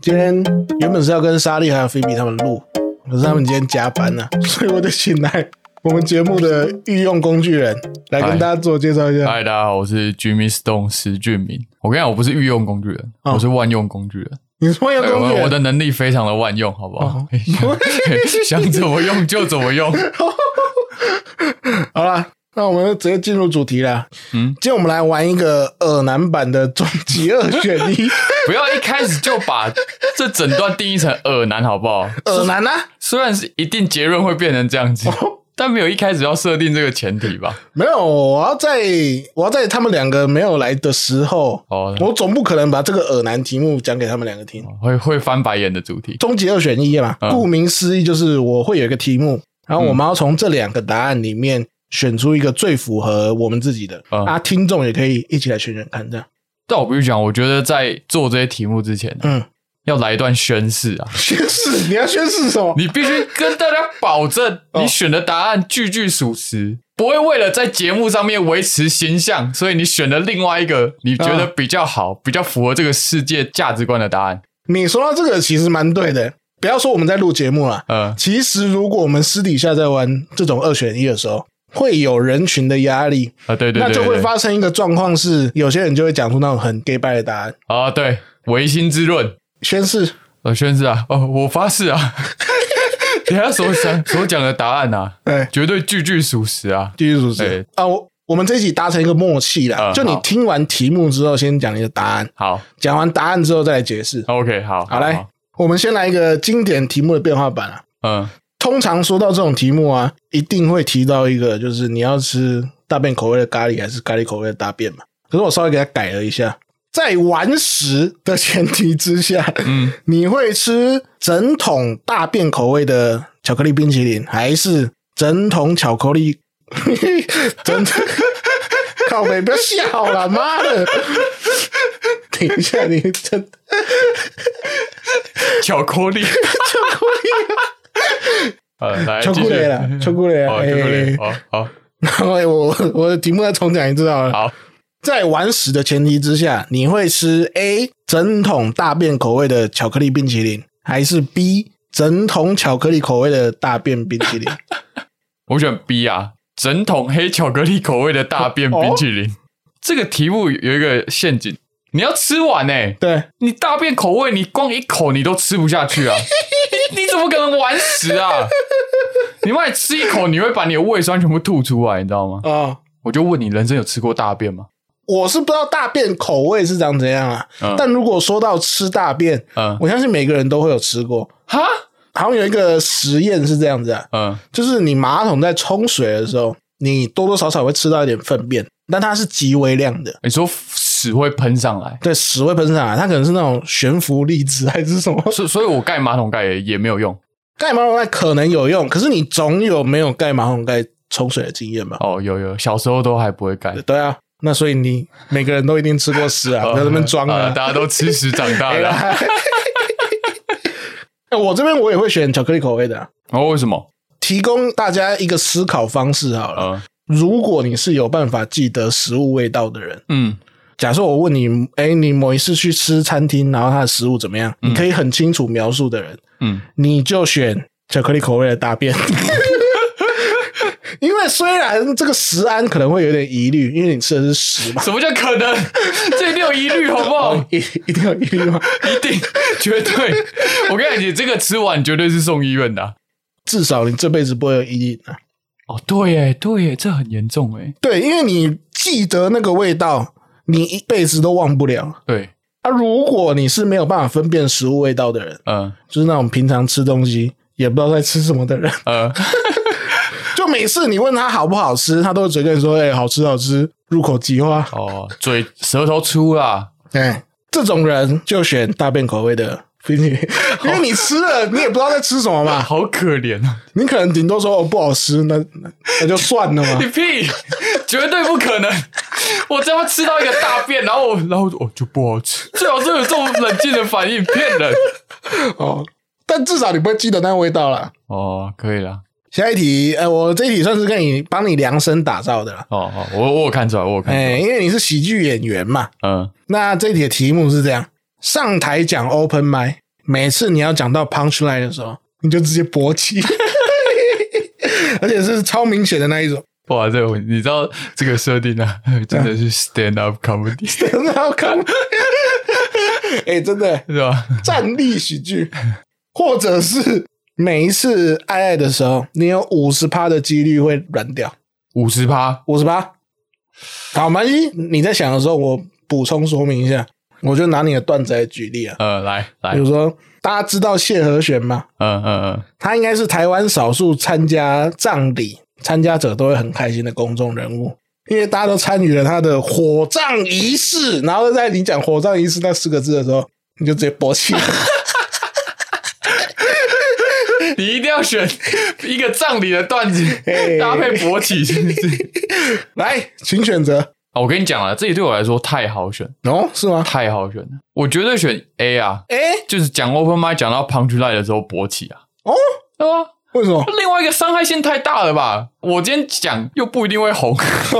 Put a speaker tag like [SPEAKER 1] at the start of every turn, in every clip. [SPEAKER 1] 今天原本是要跟莎莉还有菲比他们录，可是他们今天加班
[SPEAKER 2] 嗯
[SPEAKER 1] 了、所以我就请来我们节目的御用工具人来跟
[SPEAKER 2] 嗨
[SPEAKER 1] 大家自我介绍一下。
[SPEAKER 2] 嗨，大家好，我是 Jimmy Stone 石俊明。我跟你讲，我不是御用工具人，
[SPEAKER 1] 哦
[SPEAKER 2] 我是万用工具人。
[SPEAKER 1] 你是万用
[SPEAKER 2] 对
[SPEAKER 1] 工具
[SPEAKER 2] 哎我我
[SPEAKER 1] 人，哦
[SPEAKER 2] 的能力非常的万用，好不好？ 想怎么用就怎么用。
[SPEAKER 1] 好啦，那我们直接进入主题啦。
[SPEAKER 2] 嗯，
[SPEAKER 1] 今天我们来玩一个耳男版的终极二选 一，
[SPEAKER 2] 不要一开始就把这整段定义成耳男，好不好？
[SPEAKER 1] 耳男啊，
[SPEAKER 2] 虽然是一定结论会变成这样子，
[SPEAKER 1] 哦
[SPEAKER 2] 但没有一开始要设定这个前提吧？
[SPEAKER 1] 没有，我要在我要在他们两个没有来的时候，
[SPEAKER 2] 哦
[SPEAKER 1] 我总不可能把这个耳男题目讲给他们两个听。
[SPEAKER 2] 会会翻白眼的主题。
[SPEAKER 1] 终极二选一嘛，
[SPEAKER 2] 嗯
[SPEAKER 1] 顾名思义就是我会有一个题目，然后我们要从这两个答案里面选出一个最符合我们自己的，
[SPEAKER 2] 嗯
[SPEAKER 1] 啊，听众也可以一起来选选看，这样，
[SPEAKER 2] 但我必须讲，我觉得在做这些题目之前啊、
[SPEAKER 1] 嗯，
[SPEAKER 2] 要来一段宣誓啊！
[SPEAKER 1] 宣 誓，你要宣誓什么？
[SPEAKER 2] 你必须跟大家保证，
[SPEAKER 1] 哦
[SPEAKER 2] 你选的答案句句属实，不会为了在节目上面维持形象，所以你选了另外一个你觉得比较好、
[SPEAKER 1] 哦
[SPEAKER 2] 比较符合这个世界价值观的答案。
[SPEAKER 1] 你说到这个其实蛮对的，不要说我们在录节目啦，
[SPEAKER 2] 呃，
[SPEAKER 1] 其实如果我们私底下在玩这种二选一的时候，会有人群的压力，
[SPEAKER 2] 啊，对对
[SPEAKER 1] 那
[SPEAKER 2] 对
[SPEAKER 1] 就
[SPEAKER 2] 对
[SPEAKER 1] 会发生一个状况是，有些人就会讲出那种很 gay 拜的答案，
[SPEAKER 2] 啊，对，唯心之论，
[SPEAKER 1] 宣誓，
[SPEAKER 2] 呃，宣誓啊，哦，我发誓啊， 等一下所 讲所讲的答案啊，
[SPEAKER 1] 哎，
[SPEAKER 2] 绝对句句属实啊。
[SPEAKER 1] 继续主持
[SPEAKER 2] 对
[SPEAKER 1] 啊，我我们这一集达成一个默契啦，
[SPEAKER 2] 嗯
[SPEAKER 1] 就你
[SPEAKER 2] 好
[SPEAKER 1] 听完题目之后，先讲你的答案，
[SPEAKER 2] 好
[SPEAKER 1] 讲完答案之后再来解释。
[SPEAKER 2] ，OK，好，
[SPEAKER 1] 好嘞，来，我们先来一个经典题目的变化版啊。
[SPEAKER 2] 嗯，
[SPEAKER 1] 通常说到这种题目啊，一定会提到一个，就是你要吃大便口味的咖喱还是咖喱口味的大便嘛。可是我稍微给它改了一下，在完食的前提之下， 嗯，你会吃整桶大便口味的巧克力冰淇淋，还是整桶巧克力？ 整 靠北，不要笑了，妈的！等一下，你真的
[SPEAKER 2] 巧克力，
[SPEAKER 1] 巧克力啊
[SPEAKER 2] 呃，来，
[SPEAKER 1] 巧克力啦
[SPEAKER 2] 继续
[SPEAKER 1] 巧克力啦
[SPEAKER 2] 哦，巧克
[SPEAKER 1] 哎
[SPEAKER 2] 力，哦，好，
[SPEAKER 1] 然后我我的题目再重讲一次好了。
[SPEAKER 2] 好，
[SPEAKER 1] 在完食的前提之下，你会吃 A 整桶大便口味的巧克力冰淇淋，还是 B 整桶巧克力口味的大便冰 淇淋？
[SPEAKER 2] 我选 B 啊，整桶黑巧克力口味的大便冰淇淋。这个题目有一个陷阱，你要吃完呢、欸
[SPEAKER 1] 对，
[SPEAKER 2] 你大便口味，你光一口你都吃不下去啊！ 你怎么可能完食啊？你万一吃一口，你会把你的胃酸全部吐出来，你知道吗？
[SPEAKER 1] 哦，
[SPEAKER 2] 我就问你，人生有吃过大便吗？
[SPEAKER 1] 我是不知道大便口味是长怎样啊，
[SPEAKER 2] 嗯
[SPEAKER 1] 但如果说到吃大便，
[SPEAKER 2] 嗯，
[SPEAKER 1] 我相信每个人都会有吃过。
[SPEAKER 2] 哈，
[SPEAKER 1] 好像有一个实验是这样子啊，
[SPEAKER 2] 嗯，
[SPEAKER 1] 就是你马桶在冲水的时候，你多多少少会吃到一点粪便，但它是极微量的。
[SPEAKER 2] 你说屎会喷上来，
[SPEAKER 1] 对，屎会喷上来，它可能是那种悬浮粒子还是什么？
[SPEAKER 2] 所所以，我盖马桶盖也也没有用。
[SPEAKER 1] 盖马桶盖可能有用，可是你总有没有盖马桶盖冲水的经验吧？
[SPEAKER 2] 哦，有有，小时候都还不会盖，
[SPEAKER 1] 对啊，那所以你每个人都一定吃过 屎啊，不要在那边装
[SPEAKER 2] 呃
[SPEAKER 1] 啊。
[SPEAKER 2] 大家都吃屎长大
[SPEAKER 1] 哎
[SPEAKER 2] 的啊。
[SPEAKER 1] 啦哎我这边我也会选巧克力口味的啊、
[SPEAKER 2] 哦，为什么？
[SPEAKER 1] 提供大家一个思考方式好了。
[SPEAKER 2] 呃，
[SPEAKER 1] 如果你是有办法记得食物味道的人，
[SPEAKER 2] 嗯，
[SPEAKER 1] 假设我问你，哎，你某一次去吃餐厅，然后它的食物怎么样？你可以很清楚描述的人，
[SPEAKER 2] 嗯，
[SPEAKER 1] 你就选巧克力口味的大便。 因为虽然这个食安可能会有点疑虑，因为你吃的是屎嘛，
[SPEAKER 2] 什么叫可能？ 这一定有疑虑，好不好？
[SPEAKER 1] 哦一一定有疑虑嘛。
[SPEAKER 2] 一定， 绝对！我跟你讲，你这个吃完绝对是送医院的啊、
[SPEAKER 1] 至少你这辈子不会有疑虑啊。
[SPEAKER 2] 哦，对耶，对耶，这很严重哎。
[SPEAKER 1] 对，因为你记得那个味道，你一辈子都忘不了。
[SPEAKER 2] 对，
[SPEAKER 1] 啊，如果你是没有办法分辨食物味道的人，
[SPEAKER 2] 嗯
[SPEAKER 1] 就是那种平常吃东西也不知道在吃什么 的人，
[SPEAKER 2] 呃，
[SPEAKER 1] 就每次你问他好不好吃，他都会嘴跟你说：“哎、好吃，好吃，入口即化。
[SPEAKER 2] 哦，嘴舌头粗啦，
[SPEAKER 1] 哎，这种人就选大便口味的冰 淇淋，因为你吃了，你也不知道在吃什么嘛，
[SPEAKER 2] 好可怜啊！
[SPEAKER 1] 你可能顶多说哦不好吃，那那那就算了嘛
[SPEAKER 2] 你。屁，绝对不可能！我他妈吃到一个大便，然后我，然后我哦就不好吃，最好是有这种冷静的反应，骗人。
[SPEAKER 1] 哦，但至少你不会记得那个味道啦。
[SPEAKER 2] 哦，可以啦。
[SPEAKER 1] 下一题，呃，我这一题算是跟你帮你量身打造的啦。
[SPEAKER 2] 哦哦，我我有看出来，我有看出来。
[SPEAKER 1] 哎，因为你是喜剧演员嘛，
[SPEAKER 2] 嗯，
[SPEAKER 1] 那这一题的题目是这样：上台讲 open m i 每次你要讲到 punch line 的时候，你就直接勃起，而且是超明显的那一种。
[SPEAKER 2] 哇，这我你知道这个设定啊， 真的是 stand up comedy
[SPEAKER 1] 很好看。哎、真的
[SPEAKER 2] 是吧？
[SPEAKER 1] 站立喜剧，或者是每一次爱爱的时候，你有五十趴的几率会软掉，
[SPEAKER 2] 五十趴，
[SPEAKER 1] 五十趴。好，蛮一你在想的时候，我补充说明一下，我就拿你的段子来举例啊，
[SPEAKER 2] 呃，来来
[SPEAKER 1] 比如，说大家知道谢和弦吗？
[SPEAKER 2] 嗯嗯
[SPEAKER 1] 他应该是台湾少数参加葬礼参加者都会很开心的公众人物，因为大家都参与了他的火葬仪式。然后在你讲火葬仪式那四个字的时候，你就直接勃起了。
[SPEAKER 2] 嗯，你一定要选一个葬礼的段子
[SPEAKER 1] 嘿
[SPEAKER 2] 搭配勃起， 是不是？
[SPEAKER 1] 来，请选择
[SPEAKER 2] 啊我跟你讲啊，这里对我来说太好选，
[SPEAKER 1] 哦，是吗？
[SPEAKER 2] 太好选了，我绝对选 A 啊，
[SPEAKER 1] 哎、
[SPEAKER 2] 就是讲 open mic 讲到 punch line 的时候勃起啊，
[SPEAKER 1] 哦，
[SPEAKER 2] 对吧？
[SPEAKER 1] 为什么？
[SPEAKER 2] 另外一个伤害性太大了吧？我今天讲又不一定会红，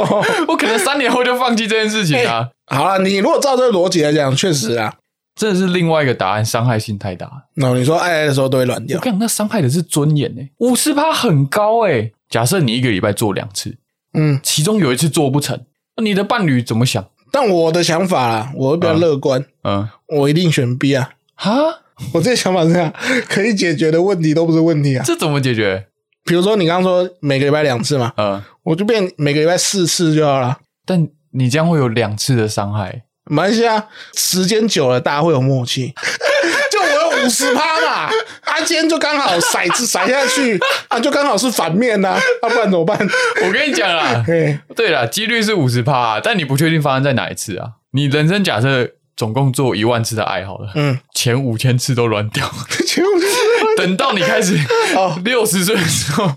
[SPEAKER 2] 我可能三年后就放弃这件事情啊。
[SPEAKER 1] 好了，你如果照这个逻辑来讲，确实啊。
[SPEAKER 2] 这是另外一个答案，伤害性太大了。
[SPEAKER 1] 那、你说爱爱的时候都会软
[SPEAKER 2] 我
[SPEAKER 1] 掉
[SPEAKER 2] 跟，你讲，那伤害的是尊严呢、欸，五十趴很高哎、假设你一个礼拜做两次，
[SPEAKER 1] 嗯，
[SPEAKER 2] 其中有一次做不成，那你的伴侣怎么想？
[SPEAKER 1] 但我的想法啦，我会比较
[SPEAKER 2] 嗯
[SPEAKER 1] 乐观，
[SPEAKER 2] 嗯，
[SPEAKER 1] 我一定选 B 啊。
[SPEAKER 2] 哈，
[SPEAKER 1] 我这想法是这样，可以解决的问题都不是问题啊。
[SPEAKER 2] 这怎么解决？
[SPEAKER 1] 比如说你刚刚说每个礼拜两次嘛，
[SPEAKER 2] 嗯，
[SPEAKER 1] 我就变每个礼拜四次就好了，
[SPEAKER 2] 但你将会有两次的伤害。
[SPEAKER 1] 没关系啊。时间久了，大家会有默契。 就我有五十趴嘛，啊，今天就刚好骰子骰下去，啊，就刚好是反面呐、啊，啊，不然怎么办？，
[SPEAKER 2] 我跟你讲啦
[SPEAKER 1] 哎嘿，
[SPEAKER 2] 对啦，几率是五十趴，啊但你不确定发生在哪一次啊。你人生假设总共做一万次的爱好了，
[SPEAKER 1] 嗯，
[SPEAKER 2] 前五千次都乱掉，
[SPEAKER 1] 结果就是
[SPEAKER 2] 等到你开始
[SPEAKER 1] 哦
[SPEAKER 2] 六十岁的时候，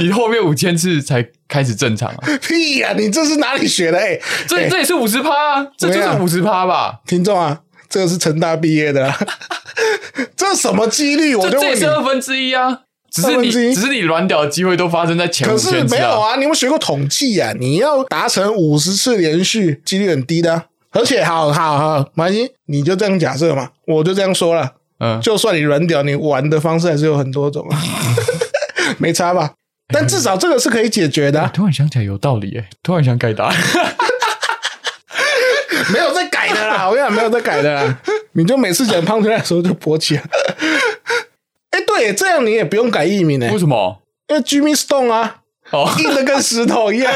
[SPEAKER 2] 你后面五千次才开始正常啊。
[SPEAKER 1] 屁呀、你这是哪里学的？哎、
[SPEAKER 2] 这这也是五十趴啊，这
[SPEAKER 1] 对
[SPEAKER 2] 就
[SPEAKER 1] 啊
[SPEAKER 2] 是五十趴吧？
[SPEAKER 1] 听众啊，这个是成大毕业的、啊， 这什么几率？哦我
[SPEAKER 2] 这
[SPEAKER 1] 就
[SPEAKER 2] 这
[SPEAKER 1] 问
[SPEAKER 2] 也
[SPEAKER 1] 你
[SPEAKER 2] 是，二分之一啊。只是你，
[SPEAKER 1] 二分之一
[SPEAKER 2] 只是你软屌的机会都发生在前
[SPEAKER 1] 可
[SPEAKER 2] 五
[SPEAKER 1] 是
[SPEAKER 2] 千次
[SPEAKER 1] 没有
[SPEAKER 2] 啊！
[SPEAKER 1] 啊，你有没有学过统计啊？你要达成五十次连续，几率很低的啊、而且，好好好，马欣，你就这样假设嘛，我就这样说了。
[SPEAKER 2] 嗯，
[SPEAKER 1] 就算你软屌，你玩的方式还是有很多种啊， 没差吧？但至少这个是可以解决的啊、
[SPEAKER 2] 突然想起来有道理耶，突然想改答案。
[SPEAKER 1] 没有在改的 啦，我跟你讲，没有在改的啦。你就每次讲胖出来的时候就勃起、啊。哎、对，这样你也不用改艺名呢、欸
[SPEAKER 2] 为什么？
[SPEAKER 1] 因为 Jimmy Stone 啊，
[SPEAKER 2] 哦，
[SPEAKER 1] 硬的跟石头 一样、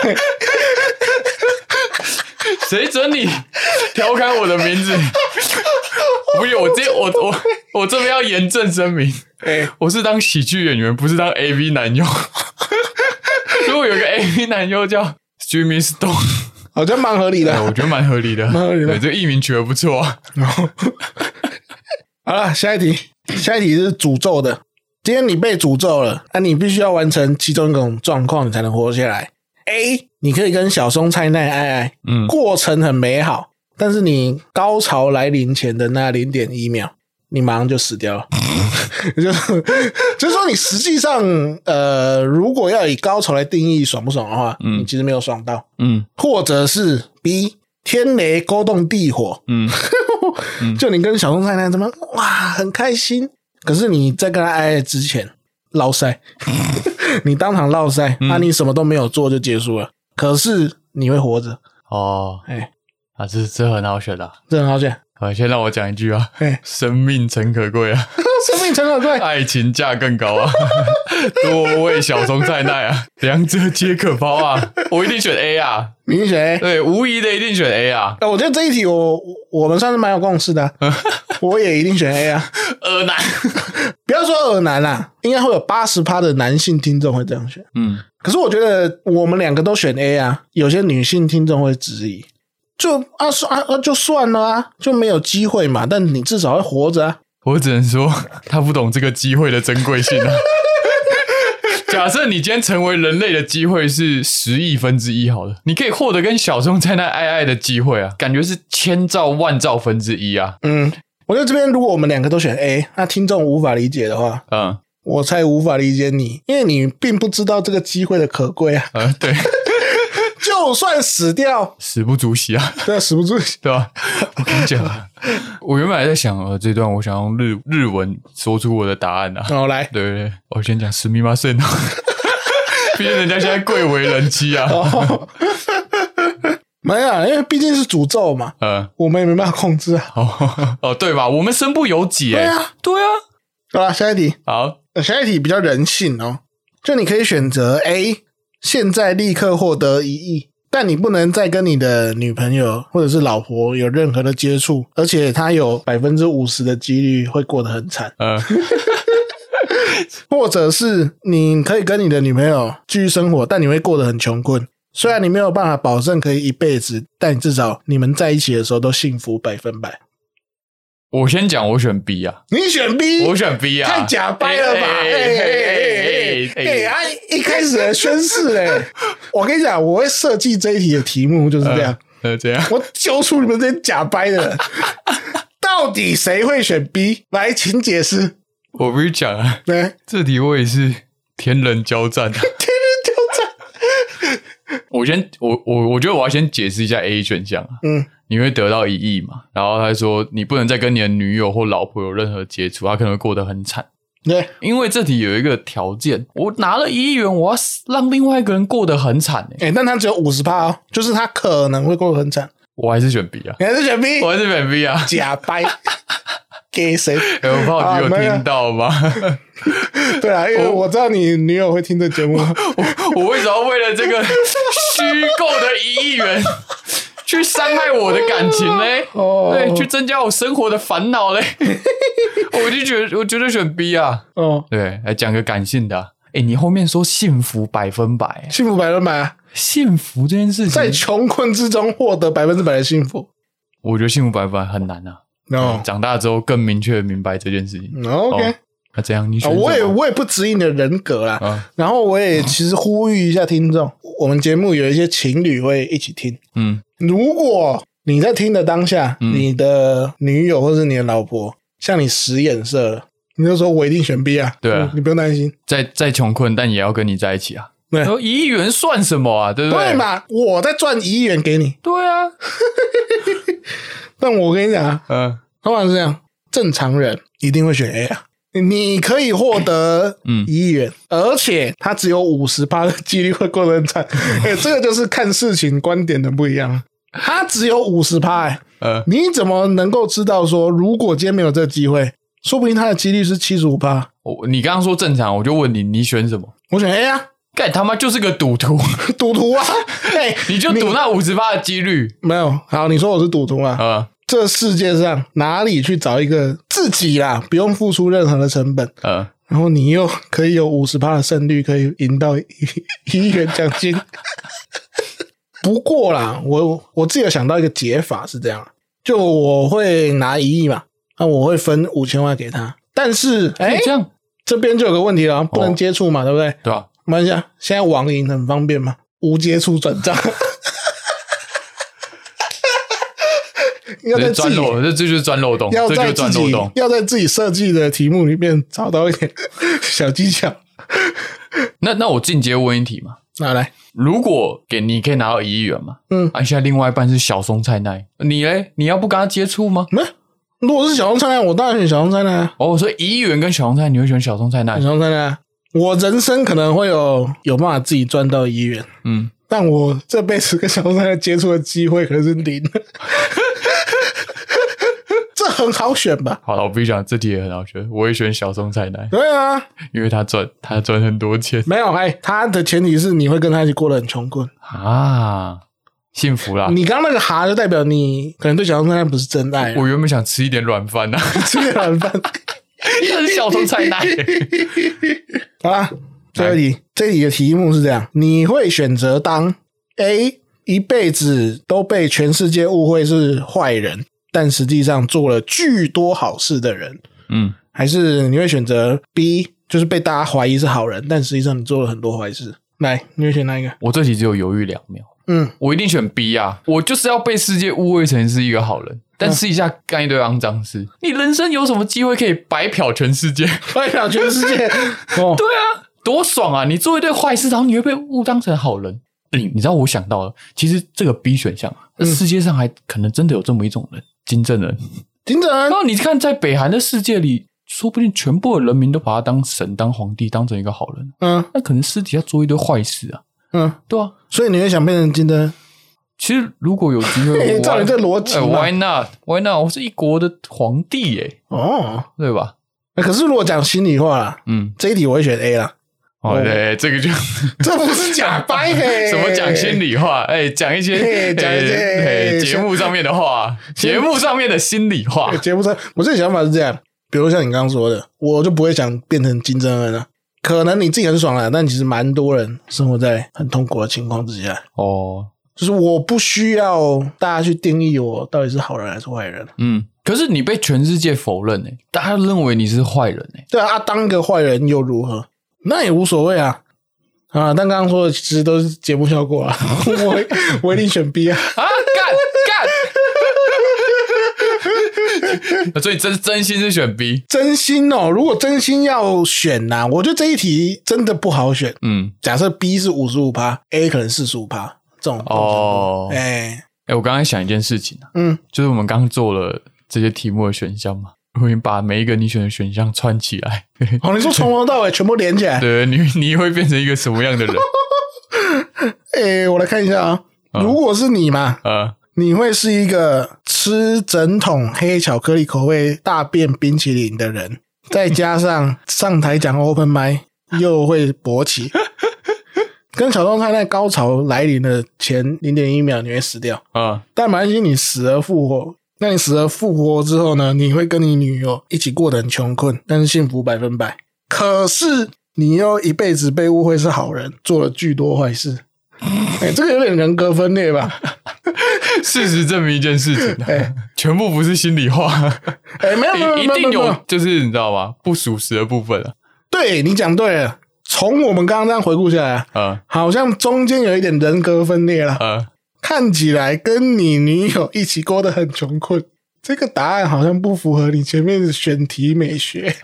[SPEAKER 2] 谁准你调侃我的名字？不是，我这我我我这边要严正声明，
[SPEAKER 1] 哎、
[SPEAKER 2] 我是当喜剧演员，不是当 AV 男优。 如果有一个 AV 男优叫 Jimmy Stone，
[SPEAKER 1] 好像蛮合理的
[SPEAKER 2] 哎。我觉得蛮合理的，蛮
[SPEAKER 1] 合理的
[SPEAKER 2] 对，这艺名取得不错啊。
[SPEAKER 1] 好了，下一题，下一题是诅咒的。今天你被诅咒了，那、你必须要完成其中一种状况，你才能活下来。A，你可以跟小松菜奈爱爱，
[SPEAKER 2] 嗯
[SPEAKER 1] 过程很美好，但是你高潮来临前的那零点一秒，你马上就死掉了。 就 就是说，你实际上，呃，如果要以高潮来定义爽不爽的话，
[SPEAKER 2] 嗯
[SPEAKER 1] 你其实没有爽到，
[SPEAKER 2] 嗯
[SPEAKER 1] 或者是 B，天雷勾动地火，
[SPEAKER 2] 嗯，
[SPEAKER 1] 就你跟小松菜奈怎么哇很开心，可是你在跟他爱爱之前落 塞，你当场落塞，那、你什么都没有做就结束了，可是你会活着，
[SPEAKER 2] 哦
[SPEAKER 1] 哎、
[SPEAKER 2] 啊，这这很好选的、啊。
[SPEAKER 1] 这很好选，
[SPEAKER 2] 啊，先让我讲一句啊，
[SPEAKER 1] 哎、
[SPEAKER 2] 生命诚可贵啊，
[SPEAKER 1] 生命诚可贵，
[SPEAKER 2] 爱情价更高啊， 多为小松菜奈啊，两者皆可抛啊，我一定选 A 啊，
[SPEAKER 1] 你选 A。
[SPEAKER 2] 对，无疑的一定选 A 啊，
[SPEAKER 1] 呃我觉得这一题我我我们算是蛮有共识的啊、我也一定选 A 啊！
[SPEAKER 2] 呃男，
[SPEAKER 1] 不要说耳男啦、应该会有八十趴的男性听众会这样选。
[SPEAKER 2] 嗯，
[SPEAKER 1] 可是我觉得我们两个都选 A 啊，有些女性听众会质疑，就啊算啊啊就算了啊，就没有机会嘛，但你至少会活着啊。
[SPEAKER 2] 我只能说他不懂这个机会的珍贵性啊。 假设你今天成为人类的机会是十亿分之一好了，你可以获得跟小松菜奈爱爱的机会啊，感觉是千兆万兆分之一啊，
[SPEAKER 1] 嗯，我觉得这边如果我们两个都选 A，那听众无法理解的话，
[SPEAKER 2] 嗯
[SPEAKER 1] 我才无法理解你，因为你并不知道这个机会的可贵啊。
[SPEAKER 2] 呃，对，
[SPEAKER 1] 就算死掉，
[SPEAKER 2] 死不足惜啊。
[SPEAKER 1] 对啊，死不住。
[SPEAKER 2] 对吧？我跟你讲啊，我原本还在想，呃，这段我想用日日文说出我的答案啊。
[SPEAKER 1] 好、哦来，
[SPEAKER 2] 对对对，我先讲史密马森，毕竟人家现在贵为人妻啊。
[SPEAKER 1] 哦， 没有啊，因为毕竟是诅咒嘛，
[SPEAKER 2] 呃，
[SPEAKER 1] 我们也没办法控制啊。
[SPEAKER 2] 哦哦，对吧？我们身不由己
[SPEAKER 1] 对
[SPEAKER 2] 哎、
[SPEAKER 1] 啊，
[SPEAKER 2] 对啊，
[SPEAKER 1] 好啦，下一题，
[SPEAKER 2] 好，
[SPEAKER 1] 呃下一题比较人性哦，就你可以选择 A，现在立刻获得一亿，但你不能再跟你的女朋友或者是老婆有任何的接触，而且她有百分之五十的几率会过得很惨，
[SPEAKER 2] 呃，
[SPEAKER 1] 或者是你可以跟你的女朋友继续生活，但你会过得很穷困。虽然你没有办法保证可以一辈子，但至少你们在一起的时候都幸福百分百。
[SPEAKER 2] 我先讲，我选 B 啊，
[SPEAKER 1] 你选 B，
[SPEAKER 2] 我选 B 啊，
[SPEAKER 1] 太假掰了吧！哎
[SPEAKER 2] 哎
[SPEAKER 1] 哎哎哎哎哎！啊，一开始的宣誓哎，我跟你讲，我会设计这一题的题目就是这样，
[SPEAKER 2] 呃，怎样？
[SPEAKER 1] 我揪出你们这些假掰的人，到底谁会选 B？来，请解释。
[SPEAKER 2] 我不是讲啊，
[SPEAKER 1] 来，
[SPEAKER 2] 这题我也 是天人交战啊。
[SPEAKER 1] 天天
[SPEAKER 2] 我先，我我我觉得我要先解释一下 A 选项啊，
[SPEAKER 1] 嗯，
[SPEAKER 2] 你会得到一亿嘛？然后他说你不能再跟你的女友或老婆有任何接触，他可能会过得很惨。
[SPEAKER 1] 就对，
[SPEAKER 2] 因为这题有一个条件，我拿了一亿元，我要让另外一个人过得很惨、欸、
[SPEAKER 1] 哎，但他只有五十趴哦，就是他可能会过得很惨。
[SPEAKER 2] 我还是选 B 啊，
[SPEAKER 1] 你还是选 B？
[SPEAKER 2] 我还是选 B 啊。
[SPEAKER 1] 假掰，给谁？
[SPEAKER 2] 欸、我怕我女友
[SPEAKER 1] 啊没有
[SPEAKER 2] 听到吗？
[SPEAKER 1] 对啊，因为我知道你女友会听这节目。
[SPEAKER 2] 我为什么要为了这个虚构的一亿元去伤害我的感情呢？
[SPEAKER 1] 哦
[SPEAKER 2] 对，去增加我生活的烦恼 嘞？我就觉得，我觉得选 B 啊。
[SPEAKER 1] 哦，
[SPEAKER 2] 对，来讲个感性的、啊。哎、你后面说幸福百分百，
[SPEAKER 1] 幸福百分百啊。
[SPEAKER 2] 幸福这件事
[SPEAKER 1] 在
[SPEAKER 2] 情，
[SPEAKER 1] 穷困之中获得百分之百的幸福。
[SPEAKER 2] 我觉得幸福百分百很难啊。
[SPEAKER 1] No，
[SPEAKER 2] 长大之后更明确地明白这件事情。
[SPEAKER 1] o k
[SPEAKER 2] 哦那怎样？你选什么
[SPEAKER 1] 啊我也我也不指引你的人格啦，
[SPEAKER 2] 啊，
[SPEAKER 1] 然后我也其实呼吁一下听众，我们节目有一些情侣会一起听，
[SPEAKER 2] 嗯
[SPEAKER 1] 如果你在听的当下，
[SPEAKER 2] 嗯
[SPEAKER 1] 你的女友或是你的老婆向你使眼色了，你就说我一定选 B 啊，
[SPEAKER 2] 对啊
[SPEAKER 1] 你你不用担心，
[SPEAKER 2] 再再穷困，但也要跟你在一起啊。
[SPEAKER 1] 对
[SPEAKER 2] 然后一亿元算什么啊？对不
[SPEAKER 1] 对嘛？我在赚一亿元给你，
[SPEAKER 2] 对啊，
[SPEAKER 1] 但我跟你讲啊，
[SPEAKER 2] 嗯
[SPEAKER 1] 通常是这样，正常人一定会选 A 啊。你可以获得
[SPEAKER 2] 嗯
[SPEAKER 1] 一亿元，而且他只有五十八的几率会过得很惨。哎、这个就是看事情观点的不一样。他只有五十趴，哎
[SPEAKER 2] 呃，
[SPEAKER 1] 你怎么能够知道说，如果今天没有这个机会，说不定他的几率是七十五趴？
[SPEAKER 2] 我你刚刚说正常，我就问你，你选什么？
[SPEAKER 1] 我选 A 啊，
[SPEAKER 2] 干他妈就是个赌徒，
[SPEAKER 1] 赌徒啊！哎、
[SPEAKER 2] 你就赌那五十八的几率
[SPEAKER 1] 没有好，你说我是赌徒啊？
[SPEAKER 2] 啊
[SPEAKER 1] 这世界上哪里去找一个自己啦，不用付出任何的成本，
[SPEAKER 2] 呃，
[SPEAKER 1] 然后你又可以有五十趴的胜率，可以赢到一 一亿元奖金。不过啦，我我自己有想到一个解法是这样，就我会拿一亿嘛，那我会分五千万给他。但是，哎、
[SPEAKER 2] 哎，这样
[SPEAKER 1] 这边就有个问题了，不能接触嘛，对不对？
[SPEAKER 2] 对吧？
[SPEAKER 1] 我们讲啊现在网银很方便嘛，无接触转账。 要在
[SPEAKER 2] 这
[SPEAKER 1] 自
[SPEAKER 2] 钻
[SPEAKER 1] 己
[SPEAKER 2] 漏，这这就是钻漏洞，
[SPEAKER 1] 要
[SPEAKER 2] 这就
[SPEAKER 1] 在
[SPEAKER 2] 是
[SPEAKER 1] 自
[SPEAKER 2] 钻漏
[SPEAKER 1] 己
[SPEAKER 2] 洞。
[SPEAKER 1] 要在自己设计的题目里面找到一点小技巧。
[SPEAKER 2] 那那我进阶问一题嘛，
[SPEAKER 1] 拿来，
[SPEAKER 2] 如果给你可以拿到一亿元嘛，
[SPEAKER 1] 嗯，
[SPEAKER 2] 啊，现在另外一半是小松菜奈，你嘞，你要不跟他接触吗？
[SPEAKER 1] 没、如果是小红菜呢，我当然选小红菜呢。
[SPEAKER 2] 哦，所以一亿元跟小松菜，你会选小松菜奈
[SPEAKER 1] 小？红菜呢，我人生可能会有有办法自己赚到一元，
[SPEAKER 2] 嗯，
[SPEAKER 1] 但我这辈子跟小红菜接触的机会可能是零。 这很好选吧？
[SPEAKER 2] 好了，我必须讲这题也很好选，我也选小松菜奈，
[SPEAKER 1] 对啊，
[SPEAKER 2] 因为他赚他赚很多钱
[SPEAKER 1] 没有哎，他的前提是你会跟他一起过得很穷困。
[SPEAKER 2] 啊，幸福啦！
[SPEAKER 1] 你刚刚那个哈就代表你可能对小红菜不是真爱啊，
[SPEAKER 2] 我原本想吃一点软饭呐、啊，
[SPEAKER 1] 吃个软饭。
[SPEAKER 2] 这是小松菜 奈。
[SPEAKER 1] 好啦，最后一题，这里的题目是这样：你会选择当 A 一辈子都被全世界误会是坏人，但实际上做了巨多好事的人，
[SPEAKER 2] 嗯，
[SPEAKER 1] 还是你会选择 B，就是被大家怀疑是好人，但实际上你做了很多坏事？来，你会选哪一个？
[SPEAKER 2] 我这题只有犹豫两秒，
[SPEAKER 1] 嗯，
[SPEAKER 2] 我一定选 B 啊！我就是要被世界误会成是一个好人，但试一下干一堆肮脏事，你人生有什么机会可以白嫖全世界？
[SPEAKER 1] 代表全世界 哦，
[SPEAKER 2] 对啊，多爽啊！你做一堆坏事，然后你会被误当成好人。你你知道我想到了，其实这个 B 选项啊，这世界上还可能真的有这么一种人，金正恩。
[SPEAKER 1] 金正恩
[SPEAKER 2] 那你看，在北韩的世界里，说不定全部的人民都把他当神、当皇帝、当成一个好人，
[SPEAKER 1] 嗯
[SPEAKER 2] 那可能私底下做一堆坏事啊，
[SPEAKER 1] 嗯，
[SPEAKER 2] 对啊。
[SPEAKER 1] 所以你会想变成金正恩？
[SPEAKER 2] 其实如果有机会，我
[SPEAKER 1] 照你这逻辑
[SPEAKER 2] 哎
[SPEAKER 1] 嘛
[SPEAKER 2] Why not？Why not？我是一国的皇帝耶、
[SPEAKER 1] 哦，
[SPEAKER 2] 对吧？
[SPEAKER 1] 那可是如果讲心里话啦，
[SPEAKER 2] 嗯，
[SPEAKER 1] 这一题我会选 A 啦，
[SPEAKER 2] 哦，对，这个就
[SPEAKER 1] 这不是假掰嘿，
[SPEAKER 2] 什么讲心里话，哎，讲一些
[SPEAKER 1] 嘿讲一些
[SPEAKER 2] 哎哎节目上面的 话，节目上面的心里话
[SPEAKER 1] 对。节目上，我自己想法是这样，比如像你刚刚说的，我就不会想变成金正恩了。啊可能你自己很爽啦，但其实蛮多人生活在很痛苦的情况之下。
[SPEAKER 2] 哦，
[SPEAKER 1] 就是我不需要大家去定义我到底是好人还是坏人。
[SPEAKER 2] 嗯，可是你被全世界否认哎，大家认为你是坏人哎，
[SPEAKER 1] 对啊，啊当个坏人又如何？那也无所谓啊。啊，但刚刚说的其实都是节目效果啊。 我我一定选 B 啊。
[SPEAKER 2] 啊，干干。 所以真真心是选 B，
[SPEAKER 1] 真心哦，如果真心要选呐、我觉得这一题真的不好选。
[SPEAKER 2] 嗯，
[SPEAKER 1] 假设 B 是五十五趴，A 可能四十五趴，这种
[SPEAKER 2] 哦
[SPEAKER 1] 哎、
[SPEAKER 2] 哎、我刚刚想一件事情啊，
[SPEAKER 1] 嗯，
[SPEAKER 2] 就是我们刚刚做了这些题目的选项嘛，我已经把每一个你选的选项串起来，
[SPEAKER 1] 好，你说从头到尾全部连起来，
[SPEAKER 2] 对，你你会变成一个什么 样的人？
[SPEAKER 1] 哎、我来看一下啊、如果是你嘛，
[SPEAKER 2] 呃，
[SPEAKER 1] 你会是一个吃整桶黑巧克力口味大便冰淇淋的人，再加上上台讲 open m i 又会勃 起，跟小动太在高潮来临的前零点一秒你会死掉，
[SPEAKER 2] 啊、
[SPEAKER 1] 但马来西你死而复活。那你死而复活之后呢？你会跟你女友一起过得很穷困，但是幸福百分百。可是你又一辈子被误会是好人，做了巨多坏事。哎、这个有点人格分裂吧？
[SPEAKER 2] 事实证明一件事情、啊
[SPEAKER 1] 哎
[SPEAKER 2] 全部不是心里话，
[SPEAKER 1] 哎、没有没有没有
[SPEAKER 2] 一一
[SPEAKER 1] 没
[SPEAKER 2] 定
[SPEAKER 1] 有没
[SPEAKER 2] 有
[SPEAKER 1] 有，，
[SPEAKER 2] 就是你知道吗？不属实的部分啊，
[SPEAKER 1] 对你讲对了。从我们刚刚这样回顾下来啊，
[SPEAKER 2] 呃
[SPEAKER 1] 好像中间有一点人格分裂了。
[SPEAKER 2] 呃，
[SPEAKER 1] 看起来跟你女友一起过得很穷困，这个答案好像不符合你前面的选题美学。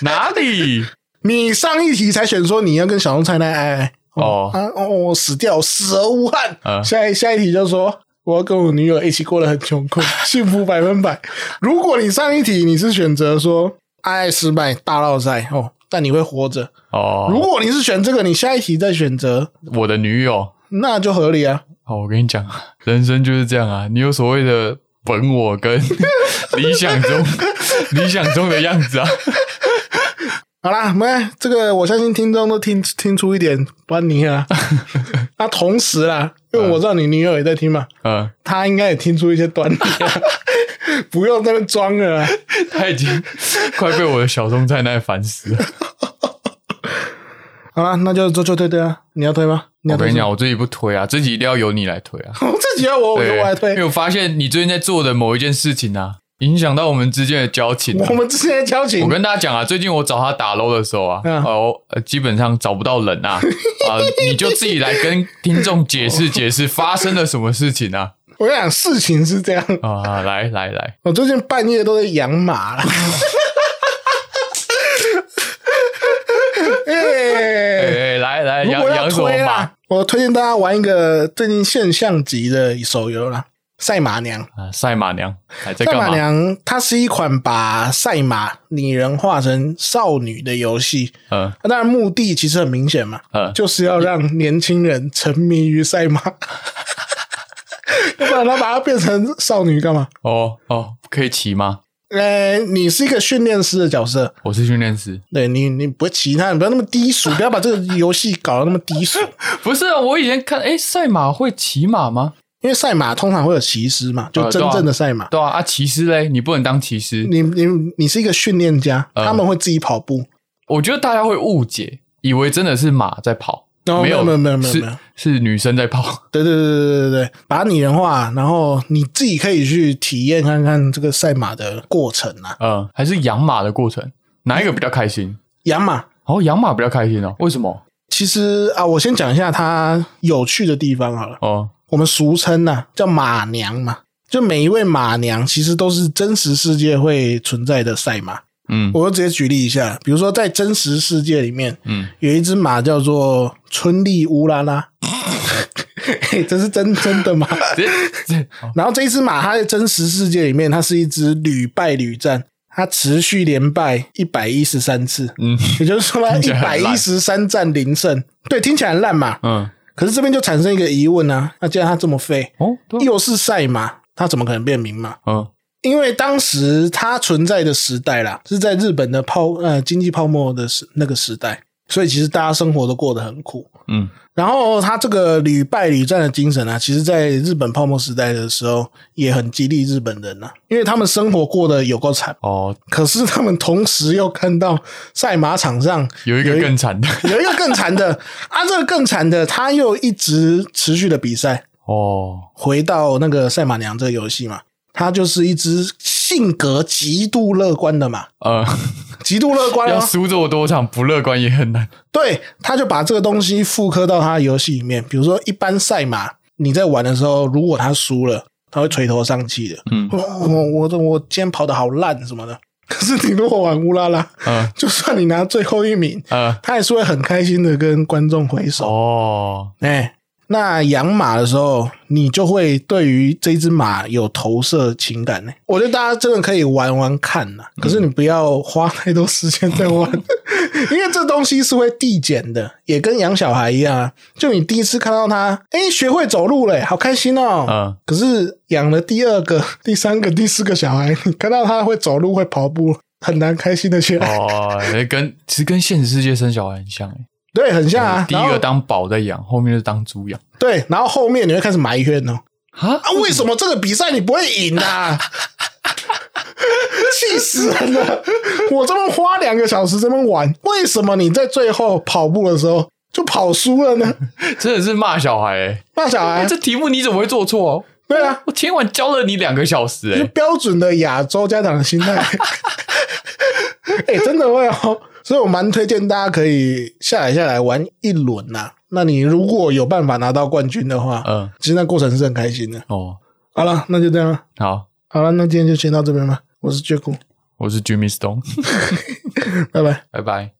[SPEAKER 2] 哪里？
[SPEAKER 1] 你上一题才选说你要跟小龙菜奈爱爱
[SPEAKER 2] 哦
[SPEAKER 1] 啊 哦，死掉死而无憾。
[SPEAKER 2] 嗯
[SPEAKER 1] 下一下一题就说我要跟我女友一起过得很穷困，幸福百分百。 如果你上一题你是选择说爱爱失败大闹赛哦，但你会活着。如
[SPEAKER 2] 哦，
[SPEAKER 1] 果你是选这个，你下一题再选择，
[SPEAKER 2] 我的女友，
[SPEAKER 1] 那就合理啊。
[SPEAKER 2] 好，我跟你讲，人生就是这样啊，你有所谓的本我跟 理 想中理想中的样子啊，
[SPEAKER 1] 好啦，我们这个我相信听众都听听出一点端倪了。那、啊同时啦，因为我知道你女友也在听嘛，
[SPEAKER 2] 嗯，
[SPEAKER 1] 她应该也听出一些端倪 啊，不用在那边装啊了啦。
[SPEAKER 2] 他已经快被我的小松菜奈烦死 了。
[SPEAKER 1] 好啦，那就就就对对啊，你要推吗？你要
[SPEAKER 2] 我
[SPEAKER 1] 推
[SPEAKER 2] 跟你
[SPEAKER 1] 什么，
[SPEAKER 2] 讲，我自己不推啊，这集一定要由你来推啊。
[SPEAKER 1] 我自己要我，我就
[SPEAKER 2] 对，
[SPEAKER 1] 我
[SPEAKER 2] 啊
[SPEAKER 1] 来
[SPEAKER 2] 因为
[SPEAKER 1] 推。
[SPEAKER 2] 我发现你最近在做的某一件事情啊，影响到我们之间的交情、啊
[SPEAKER 1] 我。们之前的交情
[SPEAKER 2] 我，跟大家讲啊，最近我找他打 low 的时候啊，
[SPEAKER 1] 嗯
[SPEAKER 2] 哦、呃，基本上找不到人啊，啊、你就自己来跟听众解释解释发生了什么事情啊
[SPEAKER 1] 我跟你讲，事情是这样，
[SPEAKER 2] 啊，来来来，
[SPEAKER 1] 我最近半夜都在养马了。
[SPEAKER 2] 哎、
[SPEAKER 1] 哎
[SPEAKER 2] 哎来来
[SPEAKER 1] 如
[SPEAKER 2] 养
[SPEAKER 1] 果要
[SPEAKER 2] 养什么
[SPEAKER 1] 推啊
[SPEAKER 2] 马
[SPEAKER 1] 啦，我推荐大家玩一个最近现象级的手游啦，《赛马娘》。
[SPEAKER 2] 啊，赛马娘，哎，在
[SPEAKER 1] 赛
[SPEAKER 2] 干
[SPEAKER 1] 马
[SPEAKER 2] 嘛？
[SPEAKER 1] 娘它是一款把赛马拟人化成少女的游戏，
[SPEAKER 2] 嗯
[SPEAKER 1] 啊那当然目的其实很明显嘛，
[SPEAKER 2] 嗯，
[SPEAKER 1] 就是要让年轻人沉迷于赛马。 要不然他把它变成少女干嘛？
[SPEAKER 2] 哦哦，可以骑吗？
[SPEAKER 1] 呃，你是一个训练师的角色，
[SPEAKER 2] 我是训练师，
[SPEAKER 1] 对你，你不会骑它，你不要那么低 俗，不要把这个游戏搞得那么低俗。
[SPEAKER 2] 不是、啊，我以前看，哎、赛马会骑马吗？
[SPEAKER 1] 因为赛马通常会有骑师嘛，就
[SPEAKER 2] 呃
[SPEAKER 1] 真
[SPEAKER 2] 对啊
[SPEAKER 1] 正的赛马。
[SPEAKER 2] 对啊，啊，骑师嘞，你不能当骑师。
[SPEAKER 1] 你你你是一个训练家，
[SPEAKER 2] 嗯
[SPEAKER 1] 他们会自己跑步，
[SPEAKER 2] 我觉得大家会误解，以为真的是马在跑，
[SPEAKER 1] 哦
[SPEAKER 2] 有
[SPEAKER 1] 没有没有没有没
[SPEAKER 2] 是
[SPEAKER 1] 有
[SPEAKER 2] 是女生在跑。
[SPEAKER 1] 对对对对对对，把它拟人化，然后你自己可以去体验看看这个赛马的过程啊。
[SPEAKER 2] 嗯，还是养马的过程，哪一个比较开心？
[SPEAKER 1] 养马
[SPEAKER 2] 哦，养马比较开心哦，为什么？
[SPEAKER 1] 其实啊，我先讲一下它有趣的地方好了。
[SPEAKER 2] 哦，
[SPEAKER 1] 我们俗称呐、叫马娘嘛，就每一位马娘其实都是真实世界会存在的赛马。
[SPEAKER 2] 嗯
[SPEAKER 1] 我就直接举例一下，比如说在真实世界里面
[SPEAKER 2] 嗯，
[SPEAKER 1] 有一只马叫做春丽乌拉拉， 嘿这是真真 的吗？
[SPEAKER 2] 这这
[SPEAKER 1] 然后这一只马，它在真实世界里面，它是一只屡败屡战，它持续连败一百一十三次，
[SPEAKER 2] 嗯
[SPEAKER 1] 也就是说它
[SPEAKER 2] 听
[SPEAKER 1] 一
[SPEAKER 2] 起来
[SPEAKER 1] 百
[SPEAKER 2] 很
[SPEAKER 1] 一
[SPEAKER 2] 烂
[SPEAKER 1] 十三战零胜。对，听起来很烂嘛。
[SPEAKER 2] 嗯
[SPEAKER 1] 可是这边就产生一个疑问啊，那既然它这么废，
[SPEAKER 2] 哦对啊
[SPEAKER 1] 又是赛马，它怎么可能变名马？
[SPEAKER 2] 嗯
[SPEAKER 1] 因为当时它存在的时代啦，是在日本的泡呃经济泡沫的时那个时代，所以其实大家生活都过得很苦。
[SPEAKER 2] 嗯
[SPEAKER 1] 然后他这个屡败屡战的精神啊，其实在日本泡沫时代的时候也很激励日本人呐、因为他们生活过得有够惨，
[SPEAKER 2] 哦
[SPEAKER 1] 可是他们同时又看到赛马场上
[SPEAKER 2] 有一个更惨的
[SPEAKER 1] 有一个更惨的 啊，这个更惨的他又一直持续的比赛，
[SPEAKER 2] 哦
[SPEAKER 1] 回到那个赛马娘这个游戏嘛，他就是一只性格极度乐观的马，
[SPEAKER 2] 呃
[SPEAKER 1] 极度乐观
[SPEAKER 2] 要
[SPEAKER 1] 哦，
[SPEAKER 2] 输这么多场不乐观也很难
[SPEAKER 1] 对，他就把这个东西复刻到他的游戏里面。比如说，一般赛马你在玩的时候，如果他输了，他会垂头丧气的，
[SPEAKER 2] 嗯
[SPEAKER 1] 我我我我今天跑得好烂什么的。可是你如果玩乌拉拉，
[SPEAKER 2] 嗯
[SPEAKER 1] 就算你拿最后一名，
[SPEAKER 2] 呃
[SPEAKER 1] 他也是会很开心的跟观众挥手。
[SPEAKER 2] 哦
[SPEAKER 1] 哎、那养马的时候，你就会对于这只马有投射情感呢、我觉得大家真的可以玩玩看呐、
[SPEAKER 2] 嗯
[SPEAKER 1] 可是你不要花太多时间在 玩，因为这东西是会递减的，也跟养小孩一样啊。就你第一次看到它，哎、学会走路嘞、好开心哦、
[SPEAKER 2] 嗯
[SPEAKER 1] 可是养了第二个、 第三个、第四个小孩，你看到它会走路、会跑步，很难开心的起来。
[SPEAKER 2] 哦哎跟其实跟现实世界生小孩很像哎
[SPEAKER 1] 对，很像啊。
[SPEAKER 2] 第一
[SPEAKER 1] 然后
[SPEAKER 2] 个当宝在养后面就当猪养
[SPEAKER 1] 对，然后后面你会开始埋怨哦、
[SPEAKER 2] 啊
[SPEAKER 1] 啊，为什么这个比赛你不会赢啊？ 气死人了！我这么花两个小时这么玩，为什么你在最后跑步的时候就跑输了呢？
[SPEAKER 2] 真的是骂小孩哎
[SPEAKER 1] 那小孩
[SPEAKER 2] 哎，这题目你怎么会做错哦
[SPEAKER 1] 对啊，
[SPEAKER 2] 我前晚教了你两个小时
[SPEAKER 1] 就
[SPEAKER 2] 哎
[SPEAKER 1] 标准的亚洲家长的心态。 哎、真的会哦，所以我蛮推荐大家可以下来下来玩一轮呐、那你如果有办法拿到冠军的话，
[SPEAKER 2] 嗯
[SPEAKER 1] 其实那过程是很开心的。
[SPEAKER 2] 哦
[SPEAKER 1] 好了，那就这样了。
[SPEAKER 2] 好
[SPEAKER 1] 好了，那今天就先到这边吧。我是 j a c k
[SPEAKER 2] 我是 Jimmy Stone
[SPEAKER 1] 拜拜。
[SPEAKER 2] 拜拜。